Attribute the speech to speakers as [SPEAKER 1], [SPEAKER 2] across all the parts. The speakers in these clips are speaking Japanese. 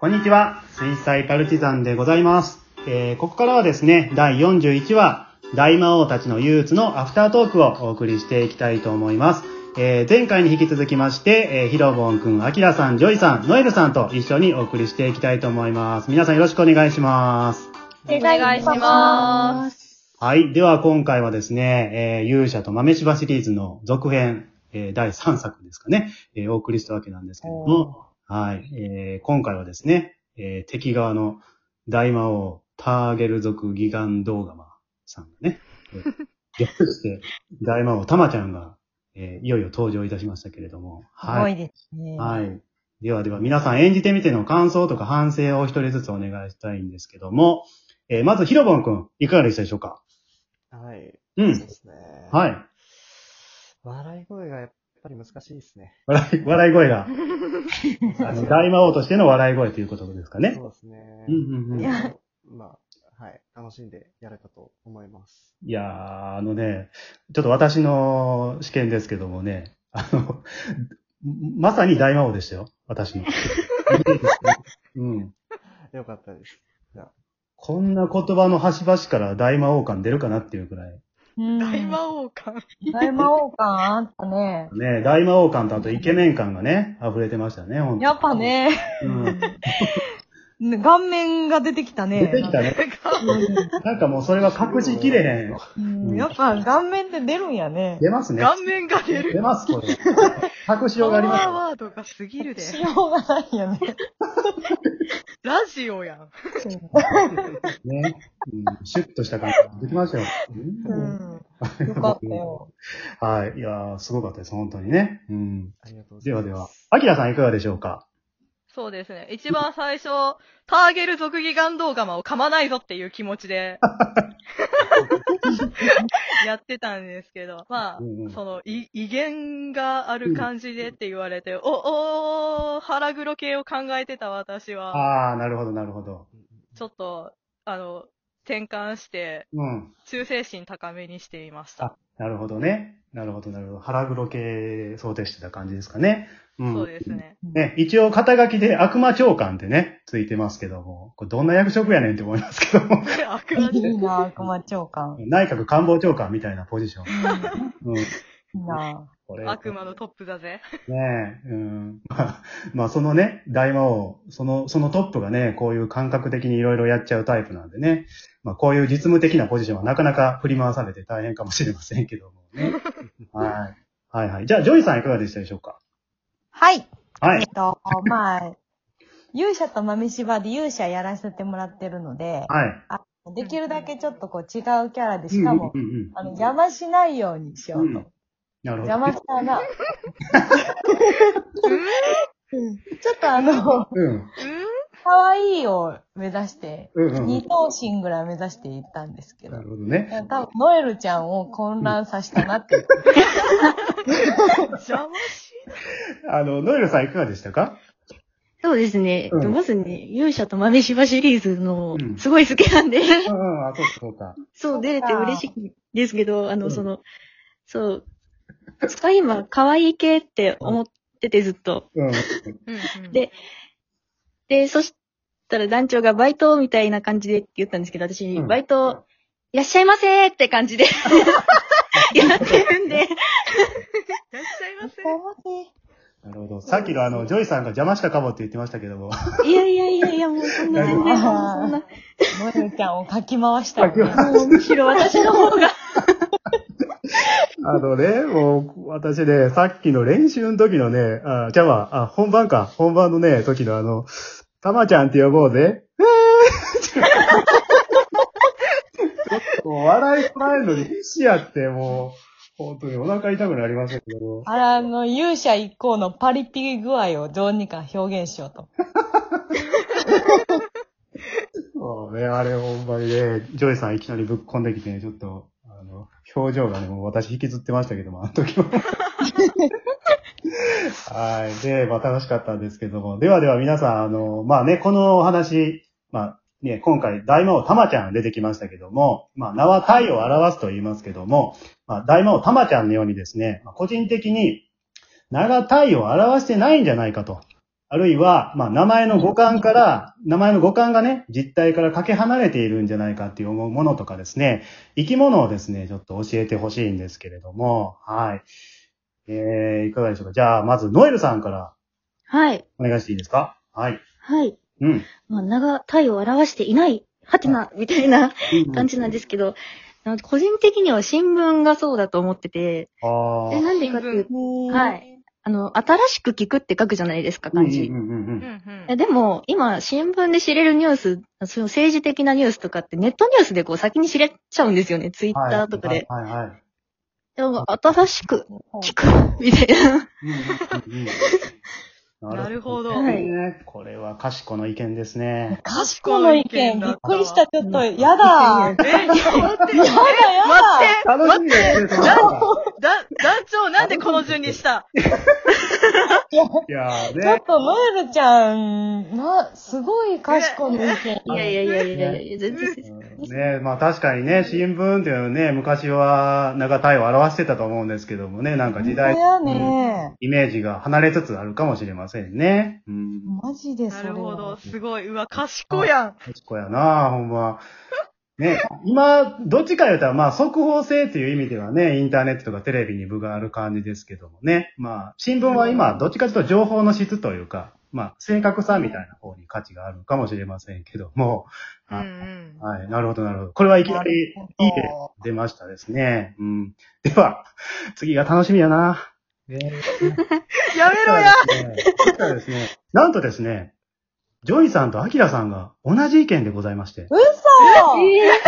[SPEAKER 1] こんにちは、水彩パルチザンでございます。えーここからはですね、第41話、大魔王たちの憂鬱のアフタートークをお送りしていきたいと思います。えー前回に引き続きまして、えー、ヒロボンくん、アキラさん、ジョイさん、ノエルさんと一緒にお送りしていきたいと思います。皆さんよろしくお願いします。
[SPEAKER 2] お願いします。
[SPEAKER 1] はい。では今回はですね、えー勇者と豆柴シリーズの続編、えー第3作ですかね、えーお送りしたわけなんですけども、はい、えー今回はですね、えー敵側の大魔王ターゲル族ギガンドーガマさんがね、え ー略して大魔王タマちゃんが、えーいよいよ登場いたしましたけれども、
[SPEAKER 2] すごいですね。
[SPEAKER 1] はい。ではでは皆さん演じてみての感想とか反省をお一人ずつお願いしたいんですけども、えーまずヒロボンくん、いかがでしたでしょうか
[SPEAKER 3] はい。
[SPEAKER 1] う
[SPEAKER 3] そうんで。すね。
[SPEAKER 1] はい。
[SPEAKER 3] 笑い声がやっぱり難しいですね。
[SPEAKER 1] 笑い、笑い声 が、あの、大魔王としての笑い声ということですかね
[SPEAKER 3] そ。うですね。
[SPEAKER 1] うんうんうん
[SPEAKER 2] いや
[SPEAKER 3] まあ、はい。楽しんでやれたと思います。
[SPEAKER 1] いやー、あのね、ちょっと私の試験ですけどもね、あの、まさに大魔王でしたよ、私の。うん。
[SPEAKER 3] よかったです。
[SPEAKER 1] こんな言葉の端々から大魔王感出るかなっていうくらい。
[SPEAKER 2] 大魔
[SPEAKER 4] 王感。
[SPEAKER 2] 大魔王感あったね。
[SPEAKER 1] ね、大魔王感とあとイケメン感がね、溢れてましたね、ほんと
[SPEAKER 4] やっぱね、
[SPEAKER 1] うん。
[SPEAKER 4] ね顔面が出てきたね。
[SPEAKER 1] 出てきた ね。なんかもうそれは隠しきれへん。
[SPEAKER 4] うんやっぱ顔面って出るんやね。
[SPEAKER 1] 出ますね。
[SPEAKER 4] 面が出。
[SPEAKER 1] 出ます、これ。隠しようがありますよ。
[SPEAKER 4] ードが過ぎる
[SPEAKER 2] しようがないよね。
[SPEAKER 4] ラジオやん。
[SPEAKER 1] ね。うん、シュッとした感じ。できましたよ。
[SPEAKER 4] う
[SPEAKER 1] うん
[SPEAKER 4] ん。
[SPEAKER 2] よかったよ。
[SPEAKER 1] はい。いやー、すごかったです。本当にね。うん。
[SPEAKER 3] ありがとうござ
[SPEAKER 1] で
[SPEAKER 3] いま
[SPEAKER 1] は
[SPEAKER 3] す。
[SPEAKER 1] では。アキラさんいかがでしょうか
[SPEAKER 4] そうですね。一番最初、ターゲル族ギガンドーガマを噛まないぞっていう気持 ちで、やってたんですけど、まあ
[SPEAKER 1] うんうん、
[SPEAKER 4] その、い威厳がある感じでって言われて、お、おー、腹黒系を考えてた私は。
[SPEAKER 1] あー、なるほど、なるほど。
[SPEAKER 4] ちょっと、あの、転換して、
[SPEAKER 1] うん。
[SPEAKER 4] 忠誠心高めにしていまし
[SPEAKER 1] あ
[SPEAKER 4] た。、
[SPEAKER 1] なるほどね。なるほど、なるほど。腹黒系想定してた感じですかね。うん。
[SPEAKER 4] そうですね。
[SPEAKER 1] ね、一応肩書きで悪魔長官ってね、ついてますけども、これどんな役職やねんって思いますけども、
[SPEAKER 4] 悪魔
[SPEAKER 2] いいな、悪魔長官。
[SPEAKER 1] 内閣官房長官みたいなポジション。うん。
[SPEAKER 2] いいな。
[SPEAKER 1] これ
[SPEAKER 4] 悪魔のトップ だぜ。
[SPEAKER 1] ねえ、うん。 まあ、まあ、そのね、大魔王、その、そのトップがね、こういう感覚的にいろいろやっちゃうタイプなんでね、まあ、こういう実務的なポジションはなかなか振り回されて大変かもしれませんけどもね。はい。はいはい。じゃあ、ジョイさんいかがでしたでしょうか
[SPEAKER 2] はい。
[SPEAKER 1] は
[SPEAKER 2] え
[SPEAKER 1] い
[SPEAKER 2] っ。と、まあ、勇者と豆柴で勇者やらせてもらってるので、
[SPEAKER 1] はい。
[SPEAKER 2] できるだけちょっとこう違うキャラで、しかも、
[SPEAKER 1] うんうんうんうん
[SPEAKER 2] あの、邪魔しないようにしようと。
[SPEAKER 1] なるほど。
[SPEAKER 2] 邪魔したな。うんちょっとあの、
[SPEAKER 1] うん。
[SPEAKER 2] 可愛いを目指して、
[SPEAKER 1] うんうんうん
[SPEAKER 2] 二等身ぐらい目指していったんですけど
[SPEAKER 1] なる。ほどね。
[SPEAKER 2] 多分、ノエルちゃんを混乱させたなって。
[SPEAKER 4] 邪魔し
[SPEAKER 1] あの、ノエルさんいかがでしたか
[SPEAKER 5] そうですね。
[SPEAKER 1] うん
[SPEAKER 5] まずね、勇者と豆柴シリーズの
[SPEAKER 1] うん、
[SPEAKER 5] すごい好きなんで、
[SPEAKER 1] うんうん、あ、そうか、そうか。
[SPEAKER 5] そう、出れて嬉しいですけど、あ
[SPEAKER 1] うん
[SPEAKER 5] の、その、そう、使い魔、可愛い系って思っててずっと。
[SPEAKER 1] うん。
[SPEAKER 4] うんうん
[SPEAKER 5] でで、そしたら団長がバイトみたいな感じでって言ったんですけど、私、
[SPEAKER 1] うん
[SPEAKER 5] バイト、いらっしゃいませーって感 じで、やってるんで、
[SPEAKER 4] いらっしゃいませ。
[SPEAKER 1] なるほど。さっきのあの、ジョイさんが邪魔したかもって言ってましたけども。
[SPEAKER 5] いやいやいやいや、もうそんな全然、そんな、
[SPEAKER 2] ノエルちゃんをかき回した、ね。
[SPEAKER 5] もうむしろ私の方が、
[SPEAKER 1] あのね、もう、私ね、さっきの練習の時のね、あ、じゃあまあ、あ、本番か。本番のね、時のあの、たまちゃんって呼ぼうぜ。え ーちょっと笑いこらえるのに必死やって、もう、本当にお腹痛くなりましたけど。
[SPEAKER 2] あら、あの、勇者一行のパリピ具合をどうにか表現しようと。
[SPEAKER 1] そうね、あれほんまにね、ジョイさんいきなりぶっ込んできてね、ちょっと、あの、表情がね、もう私引きずってましたけども、あの時は。はい。で、まあ楽しかったんですけども。ではでは皆さん、あの、まあね、このお話、まあね、今回大魔王たまちゃん出てきましたけども、まあ名は体を表すと言いますけども、まあ大魔王たまちゃんのようにですね、まあ個人的に名が体を表してないんじゃないかと。ああるいは、まあ、名前の語感から、名前の語感がね、実態からかけ離れているんじゃないかっていう思うものとかですね、生き物をですね、ちょっと教えてほしいんですけれども、はい。えー、いかがでしょうか。じゃあ、まず、ノエルさんから
[SPEAKER 6] はい。
[SPEAKER 1] お願いしていいですかはい。
[SPEAKER 6] はい。
[SPEAKER 1] うん。。
[SPEAKER 6] まあ、名が体を表していない、はてな、みたいな感じなんですすけど、あの個人的には新聞がそうだと思ってて、
[SPEAKER 1] ああ。
[SPEAKER 6] で、なんでかっていうと、はい。あの、新しく聞くって書くじゃないですか、漢字。
[SPEAKER 1] うんうんうんう
[SPEAKER 4] うんんうん
[SPEAKER 6] えでも、今、新聞で知れるニュース、その政治的なニュースとかって、ネットニュースでこう先に知れちゃうんですよね、ツイッターとかで。
[SPEAKER 1] はいはいはい。
[SPEAKER 6] でも、新しく聞く、みたいな。
[SPEAKER 1] うんうんうんうん
[SPEAKER 4] なるほど
[SPEAKER 1] はいこれは賢の意見ですね。
[SPEAKER 2] 賢の意見、びっくりした、ちょっと、やだ。やだ、
[SPEAKER 4] え、ちょっと待って、
[SPEAKER 2] やだ。
[SPEAKER 1] 楽しみですね、その方が
[SPEAKER 4] だ、団長なんでこの順にした
[SPEAKER 1] いやー
[SPEAKER 2] ちょっ
[SPEAKER 1] ね。
[SPEAKER 2] と、ノエルちゃん、な、すごい賢の意見。
[SPEAKER 6] いやいやいやいやいや、全然。
[SPEAKER 1] うんねまあ確かにね、新聞っていうのはね、昔は、なんか体を表してたと思うんですけどもね、なんか時代
[SPEAKER 2] い、やね。
[SPEAKER 1] イメージが離れつつあるかもしれませんね。うん。
[SPEAKER 2] マジでそ
[SPEAKER 4] な
[SPEAKER 2] れ
[SPEAKER 4] る
[SPEAKER 2] は。
[SPEAKER 4] ほど、すごい。うわ、賢やん。
[SPEAKER 1] 確かやなほんま。ね、今、どっちか言うたら、まあ、速報性っていう意味ではね、インターネットとかテレビに部がある感じですけどもね。まあ、新聞は今、どっちかというと情報の質というか、まあ、正確さみたいな方に価値があるかもしれませんけども。
[SPEAKER 4] うんう
[SPEAKER 1] はい
[SPEAKER 4] ん。
[SPEAKER 1] はい、なるほど、なるほど。これはいきなり、いい
[SPEAKER 2] なるほど
[SPEAKER 1] で出ましたですね。うん。では、次が楽しみやなえ
[SPEAKER 4] やめろや
[SPEAKER 1] そしたらですね、なんとですね、ジョイさんとアキラさんが同じ意見でございまして。
[SPEAKER 2] 嘘
[SPEAKER 1] じ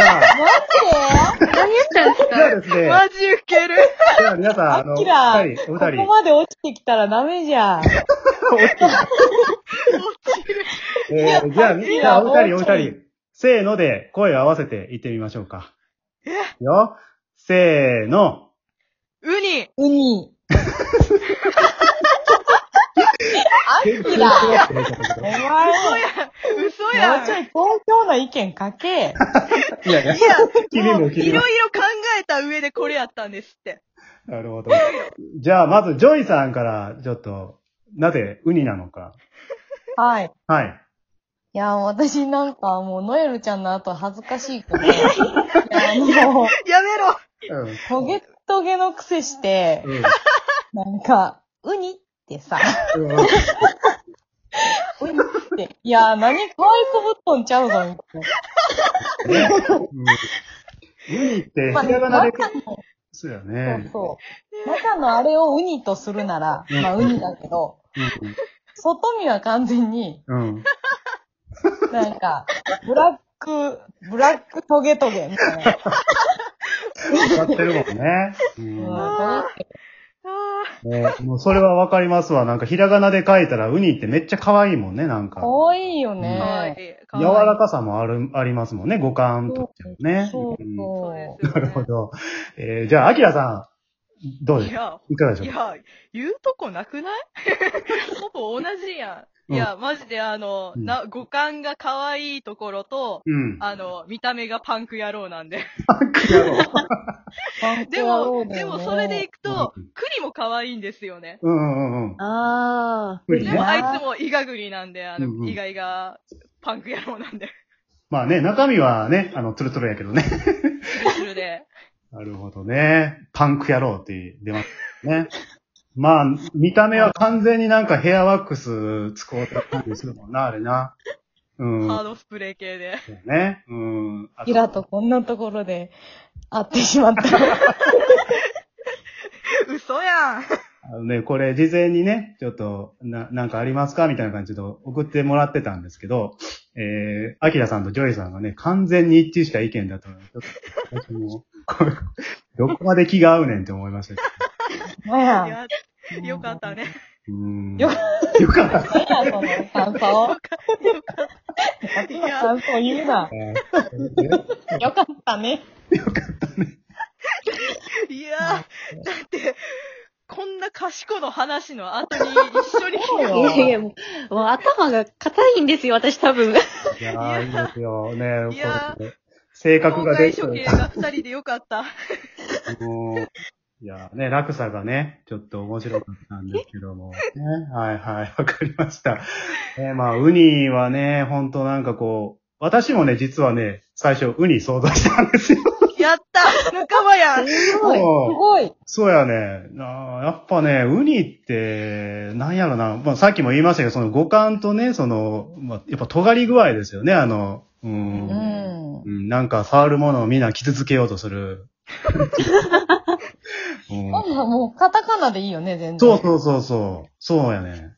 [SPEAKER 1] ゃあ
[SPEAKER 2] マジで
[SPEAKER 5] 何やったんです
[SPEAKER 1] じゃ
[SPEAKER 5] か
[SPEAKER 1] あですね、
[SPEAKER 4] マジウケる。
[SPEAKER 1] じゃあ皆さん、あの、
[SPEAKER 2] アキラ
[SPEAKER 1] お二人、お二
[SPEAKER 2] ここまで落ちてきたらダメじゃん。
[SPEAKER 1] 人、えー、じゃあ、
[SPEAKER 2] キラ
[SPEAKER 1] じゃあお二人、お
[SPEAKER 2] もう
[SPEAKER 1] 二
[SPEAKER 2] ちょい
[SPEAKER 1] 人、せーので声を合わせて言ってみましょうか。よ、せーの。
[SPEAKER 4] ウニ。
[SPEAKER 2] ウニ。アキラ、お前、
[SPEAKER 4] 嘘
[SPEAKER 2] も
[SPEAKER 4] やん
[SPEAKER 2] うちょ。い東京の意見書け。
[SPEAKER 1] いやいや、
[SPEAKER 4] いや、
[SPEAKER 1] 君
[SPEAKER 4] も
[SPEAKER 1] も
[SPEAKER 4] うい
[SPEAKER 1] 君も。
[SPEAKER 4] ろいろ考えた上でこれやったんですって。
[SPEAKER 1] なるほど。じゃあ、まず、ジョイさんから、ちょっと、なぜ、ウニなのか。
[SPEAKER 2] はい。
[SPEAKER 1] はい。
[SPEAKER 2] いや、私なんかもう、ノエルちゃんの後恥ずかしいから。いや、もう、
[SPEAKER 4] やめろ
[SPEAKER 1] うん。
[SPEAKER 2] トゲットゲの癖して、
[SPEAKER 1] う
[SPEAKER 2] なんか、ウニってさ、
[SPEAKER 1] ん。うん
[SPEAKER 2] ウニって、いや、何可愛くぶっとんちゃうぞ、みたいな。
[SPEAKER 1] ねうんウニって、ひ
[SPEAKER 2] まあ、
[SPEAKER 1] らがなで
[SPEAKER 2] 中、の、
[SPEAKER 1] そうや
[SPEAKER 2] そう
[SPEAKER 1] ね。
[SPEAKER 2] そう。中のあれをウニとするなら、まあ、ウニだけど、外見は完全に、
[SPEAKER 1] うん。うん。
[SPEAKER 2] なんか、ブラック、ブラックトゲトゲみたいな。
[SPEAKER 1] やってるもんね。う。
[SPEAKER 2] うんん
[SPEAKER 4] あ
[SPEAKER 1] ねもうそれはわかりますわ。なんかひらがなで書いたらウニってめっちゃ可愛いもんね、なんか。
[SPEAKER 2] かわいいよ
[SPEAKER 4] ーかわい
[SPEAKER 2] ね。
[SPEAKER 4] い。かわ
[SPEAKER 1] 柔
[SPEAKER 4] いい
[SPEAKER 1] らかさもある、ありますもんね、五感とってもね。
[SPEAKER 2] そう
[SPEAKER 1] うん
[SPEAKER 2] そ
[SPEAKER 4] そうですよ
[SPEAKER 1] な
[SPEAKER 4] ね
[SPEAKER 1] るほど。えー、じゃあ、アキラさん、どうで
[SPEAKER 4] い
[SPEAKER 1] すか
[SPEAKER 4] や、
[SPEAKER 1] いかがでし
[SPEAKER 4] い
[SPEAKER 1] ょうか
[SPEAKER 4] や、言うとこなくない ほぼ同じやん。いや、マジであの、
[SPEAKER 1] うん
[SPEAKER 4] な、五感が可愛いところと、
[SPEAKER 1] うん。
[SPEAKER 4] あの、見た目がパンク野郎な んで。
[SPEAKER 2] う。
[SPEAKER 4] でも、でもそれでいくと
[SPEAKER 1] うん、
[SPEAKER 4] クリも可愛いんですよね。
[SPEAKER 1] うんうんうんうん。
[SPEAKER 6] ああ。
[SPEAKER 1] 無理
[SPEAKER 4] で
[SPEAKER 1] ね
[SPEAKER 4] もあいつもイガグリなんで、あ
[SPEAKER 1] うんうん
[SPEAKER 4] の、イガイガパンク野郎な んで。
[SPEAKER 1] まあね、中身はね、あの、ツルツルやけどね。
[SPEAKER 4] それで。
[SPEAKER 1] なるほどね。パンク野郎って出ますね。 まあ、見た目は完全になんかヘアワックス使うた感じするもんな、あれな。うん。
[SPEAKER 4] ハー
[SPEAKER 1] そ
[SPEAKER 4] ドスプレー系で。
[SPEAKER 1] うね。うん。あと
[SPEAKER 2] キラとこんなところで会ってしま った。
[SPEAKER 4] 嘘やん。
[SPEAKER 1] あのね、これ事前にね、ちょっと、な、なんかありますかみたいな感じで送ってもらってたんですけど、えー、アキラさんとジョイさんがね、完全に一致した意見だったので、ちょっと、私も、これどこまで気が合うねんって思いましたけ
[SPEAKER 2] まあ
[SPEAKER 4] い
[SPEAKER 2] や。
[SPEAKER 4] やよかったね。
[SPEAKER 1] ど。うん。
[SPEAKER 2] よ
[SPEAKER 1] よ
[SPEAKER 2] か
[SPEAKER 1] かった。
[SPEAKER 2] なんや、その感想。
[SPEAKER 4] いや、
[SPEAKER 2] 感想言うな。よかったね。
[SPEAKER 4] いや、だって、こんな賢の話の後に一緒に
[SPEAKER 2] そう
[SPEAKER 6] い やい
[SPEAKER 2] よ。
[SPEAKER 6] や、もう、もう頭が硬いんですよ、私多分。
[SPEAKER 1] いやー、いいですよ。ね
[SPEAKER 4] いやー
[SPEAKER 1] これ、性格
[SPEAKER 4] 公
[SPEAKER 1] が
[SPEAKER 4] 開
[SPEAKER 1] 出
[SPEAKER 4] 処
[SPEAKER 1] て
[SPEAKER 4] 刑が二人でよかった。
[SPEAKER 1] もう、いやーね、落差がね、ちょっと面白かったんですけど も、ね。はいはい、わかりました。えーまあ、ウニはね、ほんとなんかこう、私もね、実はね、最初、ウニ想像したんですよ。
[SPEAKER 4] やった仲間や
[SPEAKER 2] すごい。す
[SPEAKER 1] うん
[SPEAKER 2] ごい。
[SPEAKER 1] そうやね。なあやっぱね、ウニって、なんやろな。まあ、さっきも言いましたけど、その五感とね、その、まあ、やっぱ尖り具合ですよね、あの、うん。
[SPEAKER 2] うん。
[SPEAKER 1] うんなんか触るものをみんな傷つけようとす る。うん
[SPEAKER 2] 今度はもうカタカナでいいよね、全然。
[SPEAKER 1] そうそうそうそう。そうやね。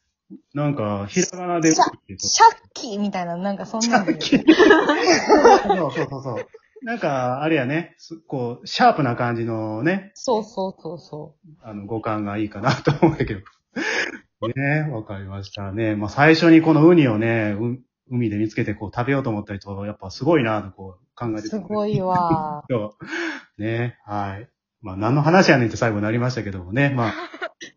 [SPEAKER 1] なんか、ひらがなでウニって言うと
[SPEAKER 2] シャッキーみたいな、なんかそんなんで。
[SPEAKER 1] シャッそうそうそうそう。なんか、あれやね、すこう、シャープな感じのね、
[SPEAKER 2] そうそうそうそ
[SPEAKER 1] あの、五感がいいかなと思うんだけど。ねわかりましたね。まあ、最初にこのウニをね、う海で見つけてこう食べようと思ったりとか、やっぱすごいなとこう考え
[SPEAKER 2] う。
[SPEAKER 1] て
[SPEAKER 2] す
[SPEAKER 1] た
[SPEAKER 2] ごい わ。
[SPEAKER 1] そう。ね、はい。まあ、何の話やねんって最後になりましたけどもね。 まあ、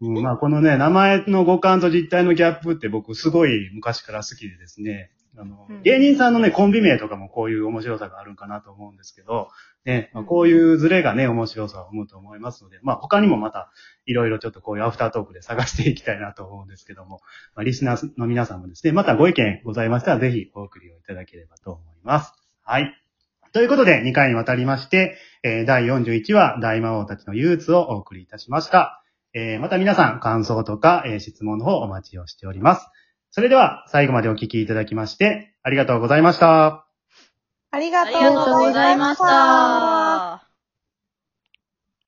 [SPEAKER 1] うん、まあ、このね、名前の五感と実態のギャップって僕すごい昔から好きでですね。あの
[SPEAKER 4] うん、
[SPEAKER 1] 芸人さんのね、コンビ名とかもこういう面白さがあるんかなと思うんですけど、ね、まあ、こういうズレがね、面白さを生むと思いますので、まあ、他にもまた、いろいろちょっとこういうアフタートークで探していきたいなと思うんですけども、まあ、リスナーの皆さんもですね、またご意見ございましたら、ぜひお送りをいただければと思います。はい。ということで、2回にわたりまして、えー第41話、大魔王たちの憂鬱をお送りいたしました。えーまた皆さん、感想とか、えー質問の方お待ちをしております。それでは、最後までお聞きいただきまして、ありがとうございました。
[SPEAKER 2] ありが
[SPEAKER 6] ありがとうございました。